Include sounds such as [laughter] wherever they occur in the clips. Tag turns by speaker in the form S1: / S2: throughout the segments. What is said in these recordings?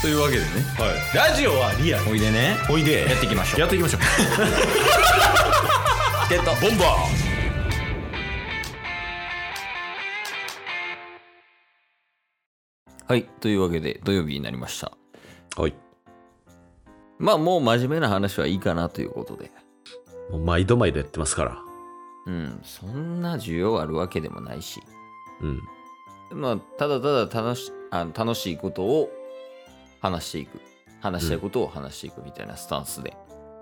S1: というわけでね
S2: はい、ラジオはリアル
S1: おいでね
S2: おいで
S1: やっていきましょう
S2: やっていきましょう
S1: ってた
S2: ボンバ
S1: はいというわけで土曜日になりました
S2: ーはい
S1: まあもう真面目な話はいいかなということで
S2: もう毎度毎度やってますから
S1: うんそんな需要あるわけでもないし
S2: うん
S1: まあただただ楽しあの楽しいことを話していく話したいことを話していくみたいなスタンスで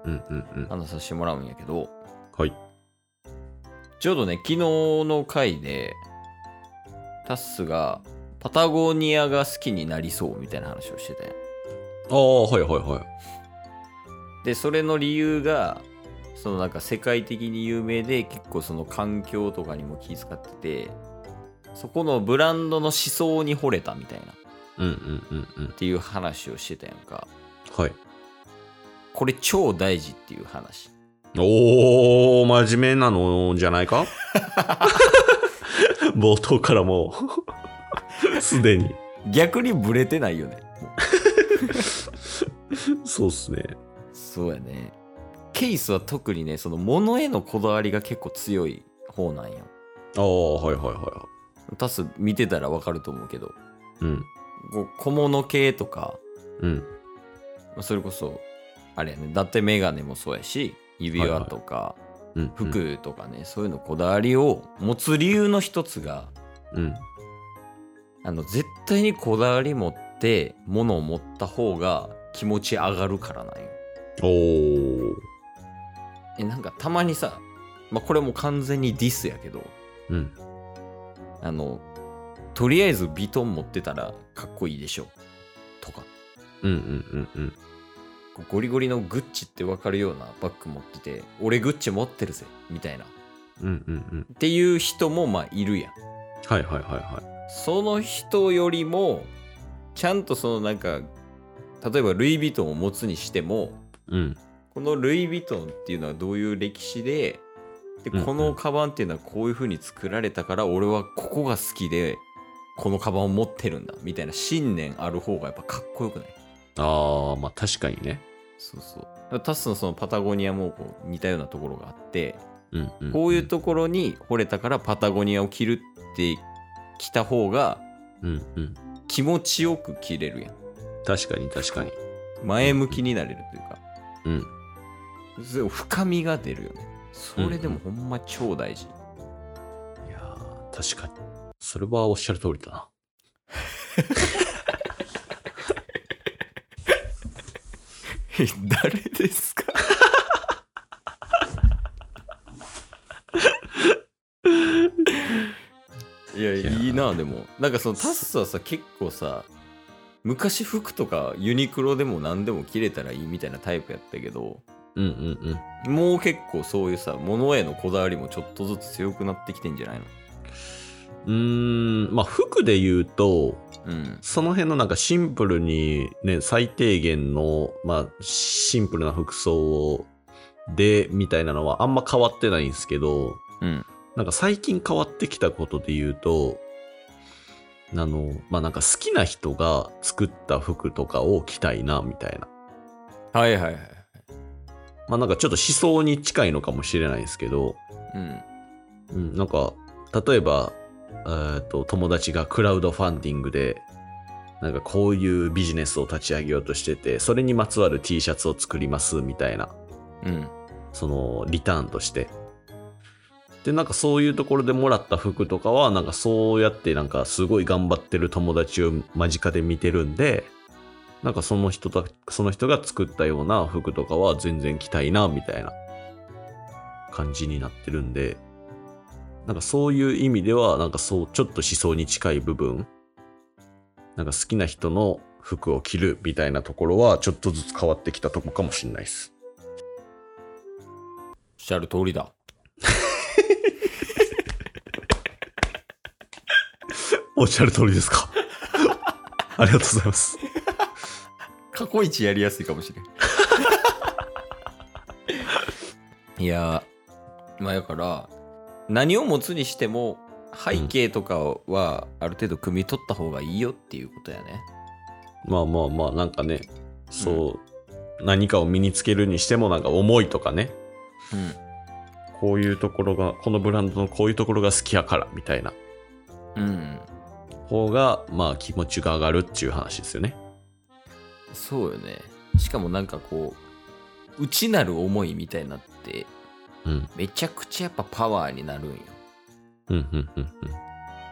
S2: うんうんうん
S1: 話させてもらうんやけど、
S2: はい
S1: ちょうどね、昨日の回で、タッスが、パタゴニアが好きになりそうみたいな話をしてたやん
S2: ああはいはいはい
S1: で、それの理由が、そのなんか世界的に有名で、結構その環境とかにも気遣ってて、そこのブランドの思想に惚れたみたいなっ
S2: うんうんうんうん
S1: ていう話をしてたやんか。
S2: はい
S1: これ超大事っていう話。
S2: おー真面目なのじゃない [laughs] か冒頭からもうすでに
S1: 逆にブレてないよね。
S2: そうっすね
S1: そうやね。ケイスは特にね、その物へのこだわりが結構強い方なんよ。
S2: ああはいはいは
S1: タス見てたらわかると思うけど
S2: いうん
S1: こう小物系とか
S2: うん
S1: まあそれこそあれやねだってメガネもそうやし指輪とか
S2: うん
S1: 服とかね、そういうのこだわりを持つ理由の一つが
S2: うん
S1: あの絶対にこだわり持って物を持った方が気持ち上がるからなんよ
S2: おー
S1: えなんかたまにさ、まあ、これもう完全にディスやけど
S2: うん
S1: あのとりあえずビトン持ってたらかっこいいでしょとか
S2: うんうんうんうん
S1: こうゴリゴリのグッチって分かるようなバッグ持ってて俺グッチ持ってるぜみたいなっ
S2: うんうんうん
S1: ていう人もまあいるやん
S2: はいはいはいは
S1: その人よりもちゃんとそのなんか例えばルイ・ヴィトンを持つにしても
S2: いうん
S1: このルイ・ヴィトンっていうのはどういう歴史でで
S2: うんうん
S1: このカバンっていうのはこういう風に作られたから俺はここが好きでこのカバンを持ってるんだみたいな信念ある方がやっぱかっこよくない
S2: ああまあ確かにね
S1: そうそうタスのそのパタゴニアもこう似たようなところがあって
S2: うんうん
S1: こういうところに惚れたからパタゴニアを着るって着た方が
S2: うんうん
S1: 気持ちよく着れるやん。
S2: 確かに確かに
S1: 前向きになれるというか、
S2: うん
S1: そう深みが出るよね。それでもほんま超大事。
S2: いやー確かにそれはおっしゃる通りだな
S1: え誰ですか [laughs] いや、
S2: いや
S1: いいな、でも。なんかそのタッスはさ、結構さ、昔服とかユニクロでも何でも着れたらいいみたいなタイプやったけど、
S2: うんうんうん
S1: もう結構そういうさ、物へのこだわりもちょっとずつ強くなってきてんじゃないの
S2: うーんまあ服で言うと
S1: うん。
S2: その辺のなんかシンプルにね最低限のまあシンプルな服装でみたいなのはあんま変わってないんですけど
S1: うん。
S2: なんか最近変わってきたことで言うとあのまあなんか好きな人が作った服とかを着たいなみたいな
S1: はいはいはい。
S2: まあなんかちょっと思想に近いのかもしれないですけど
S1: うん。
S2: うん、なんか例えば、えーと友達がクラウドファンディングでなんかこういうビジネスを立ち上げようとしててそれにまつわる T シャツを作りますみたいな
S1: うん。
S2: そのリターンとしてでなんかそういうところでもらった服とかはなんかそうやってなんかすごい頑張ってる友達を間近で見てるんでなんかその人たその人が作ったような服とかは全然着たいなみたいな感じになってるんでなんかそういう意味ではなんかそうちょっと思想に近い部分なんか好きな人の服を着るみたいなところはちょっとずつ変わってきたとこかもしれないです。
S1: おっしゃる通りだ。
S2: おっしゃる通りですか。 [laughs] ありがとうございます。
S1: 過去一やりやすいかもしれん。 [laughs] いやー、まあだから、何を持つにしても、背景とかはある程度汲み取った方がいいよっていうことやね。
S2: まあまあまあ、なんかね、そう、何かを身につけるにしても、なんか思いとかね、こういうところが、このブランドのこういうところが好きやから、みたいな
S1: うん、うん、
S2: 方が、まあ気持ちが上がるっていう話ですよね。
S1: そうよねしかもなんかこう内なる思いみたいなって
S2: うん。
S1: めちゃくちゃやっぱパワーになるんよ
S2: うん、うん、うん、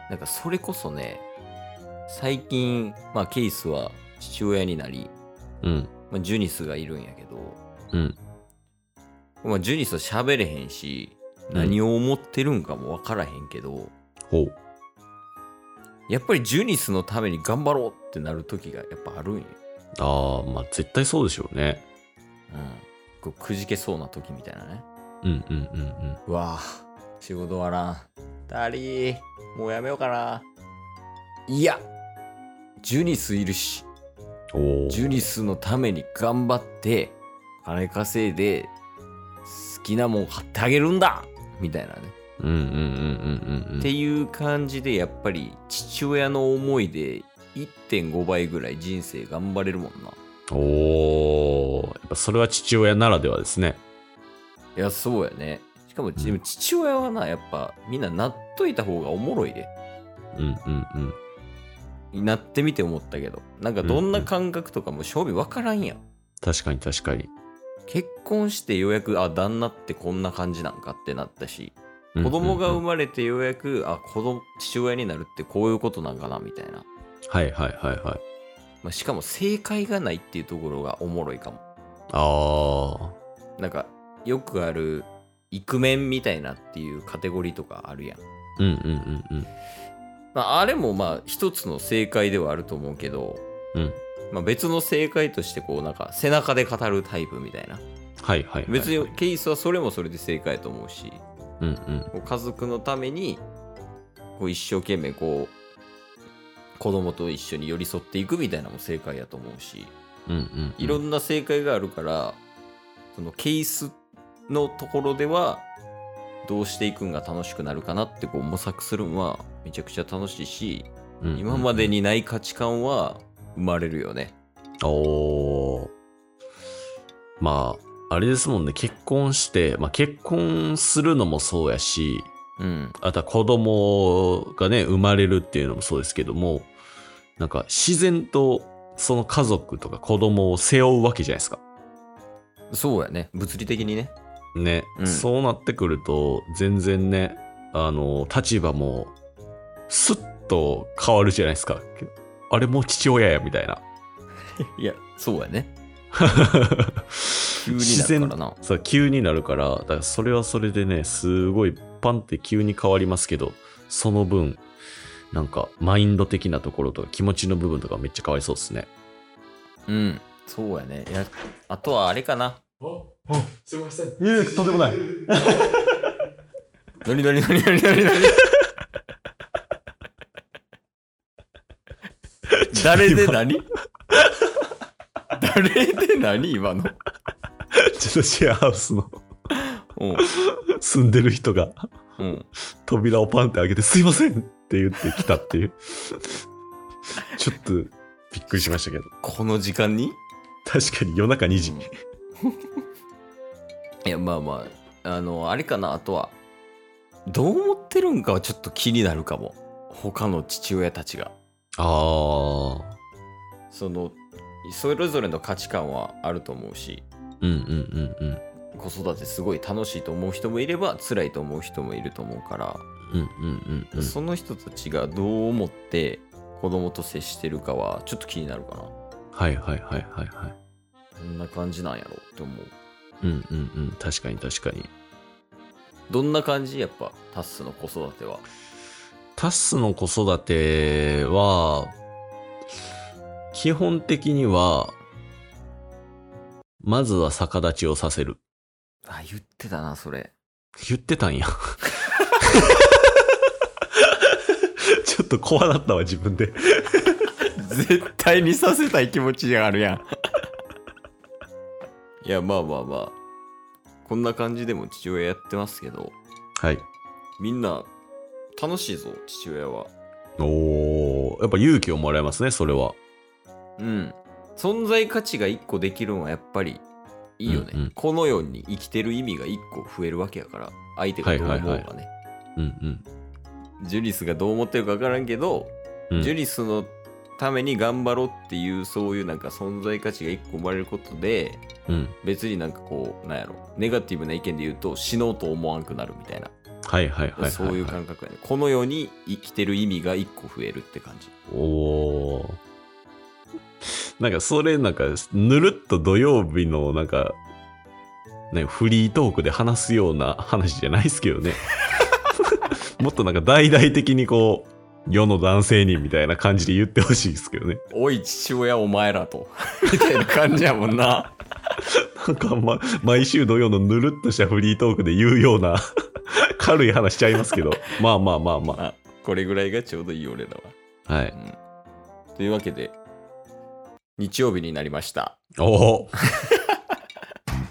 S1: なんかそれこそね最近まあケイスは父親になり、
S2: うん。うん、
S1: まあ、ジュニスがいるんやけど、
S2: うん。
S1: まあ、ジュニスは喋れへんし何を思ってるんかも分からへんけど、
S2: ほう。
S1: やっぱりジュニスのために頑張ろうってなる時がやっぱあるんよ、
S2: ああ、まあ絶対そうでしょうね。
S1: うん、こうくじけそうな時みたいなね
S2: うん、うん、うん、うん。
S1: うわぁ仕事終わらんダリーもうやめようかないやジュニスいるし
S2: おお。
S1: ジュニスのために頑張って金稼いで好きなもん買ってあげるんだみたいなね、
S2: うん、うん、うん、うん、うん。
S1: っていう感じでやっぱり父親の思いで1.5倍ぐらい人生頑張れるもんな
S2: おお。やっぱそれは父親ならではですね。
S1: いやそうやねしかも、
S2: ん
S1: でも父親はなやっぱみんななっといた方がおもろいで
S2: うん、うん、うん。
S1: なってみて思ったけどなんかどんな感覚とかも正味わからんやん、
S2: 確かに確かに。
S1: 結婚してようやくあ旦那ってこんな感じなんかってなったし
S2: うん
S1: 子供が
S2: うんう
S1: 生
S2: ん
S1: まれてようやく、あ子供父親になるってこういうことなんかなみたいな、
S2: はいはいはいはい。
S1: まあ、しかも正解がないっていうところがおもろいかも
S2: あ
S1: なんかよくあるイクメンみたいなっていうカテゴリーとかあるやん、
S2: あ。うんうんうん
S1: まあ、あれもまあ一つの正解ではあると思うけど、
S2: うん。うん。
S1: まあ、別の正解としてこうなんか背中で語るタイプみたいな
S2: はいはいはい、はい。
S1: 別にケースはそれもそれで正解やと思うし
S2: うんうん。
S1: こう家族のためにこう一生懸命こう子供と一緒に寄り添っていくみたいなのも正解やと思うし
S2: うんうん、うん。
S1: いろんな正解があるから、そのケースのところではどうしていくんが楽しくなるかなってこう模索するのはめちゃくちゃ楽しいし
S2: うんうん
S1: 今まで。にない価値観は生まれるよね。
S2: おお。まあ、あれですもんね。結婚して、まあ結婚するのもそうやし、
S1: うん、
S2: あとは子供がね、生まれるっていうのもそうですけども、なんか自然とその家族とか子供を背負うわけじゃないですか。
S1: そうやね物理的にね。
S2: ね、
S1: うん
S2: そうなってくると全然ねあの立場もスッと変わるじゃないですかあれもう父親やみたい
S1: [laughs]
S2: な
S1: いやそうやね。急に
S2: 自
S1: なる
S2: 然
S1: からな。
S2: そう急になるからだからそれはそれでねすごいパンって急に変わりますけどその分なんかマインド的なところとか気持ちの部分とかめっちゃ変わりそうですね
S1: うんそうやね。いやあとはあれかな。
S3: すみません。
S2: いえとんでも [laughs] ない
S1: なになになになになに [laughs] 誰で何誰で何今の。
S2: ちょっとシェアハウスの
S1: うん。
S2: 住んでる人が
S1: うん。
S2: 扉をパンって開けて、すいませんって言ってきたっていう。ちょっとびっくりしましたけど。
S1: この時間に
S2: 確かに夜中2時。
S1: いや、まあまあ、あの、あれかな、あとは。どう思ってるんかはちょっと気になるかも。他の父親たちが。
S2: ああ。
S1: その、それぞれの価値観はあると思うし、
S2: うんうんうんうん。
S1: 子育てすごい楽しいと思う人もいれば、辛いと思う人もいると思うから。
S2: うんうんうんうん。
S1: その人たちがどう思って子供と接してるかはちょっと気になるかな。
S2: はいはいはいはいはい。
S1: こんな感じなんやろって思う。
S2: うんうんうん。確かに確かに。
S1: どんな感じやっぱタッスの子育ては。
S2: タスの子育ては、基本的には、まずは逆立ちをさせる。
S1: あ、言ってたな、それ。
S2: 言ってた
S1: [laughs]
S2: んや。ちょっと怖なったわ、自分で。
S1: 絶対にさせたい気持ちがあるやん。いや、まあまあまあ。こんな感じでも父親やってますけど、
S2: はい。
S1: みんな楽しいぞ、父親は。
S2: おーやっぱ勇気をもらえますね、それは。
S1: うん、存在価値が1個できるのはやっぱりいいよね、
S2: うんうん
S1: この世に生きてる意味が1個増えるわけやから相手がどう思うかね、
S2: はいはいうん
S1: ジュリスがどう思ってるか分からんけど、
S2: うんうん
S1: ジュリスのために頑張ろうっていうそういうなんか存在価値が1個生まれることで
S2: うん
S1: 別になんかこうなんやろネガティブな意見で言うと死のうと思わんくなるみたいな、
S2: はいはいはいはいはい
S1: そういう感覚やねこの世に生きてる意味が1個増えるって感じ
S2: おーなんかそれなんかぬるっと土曜日のなんかねフリートークで話すような話じゃないですけどね [laughs] もっとなんか大々的にこう世の男性にみたいな感じで言ってほしいですけどね
S1: おい父親お前らと [laughs] みたいな感じやもんな
S2: なんか、ま、毎週土曜のぬるっとしたフリートークで言うような軽い話しちゃいますけどまあまあまあま
S1: あこれぐらいがちょうどいい俺らは、
S2: あはい
S1: うん、というわけで日曜日になりました
S2: おお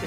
S4: す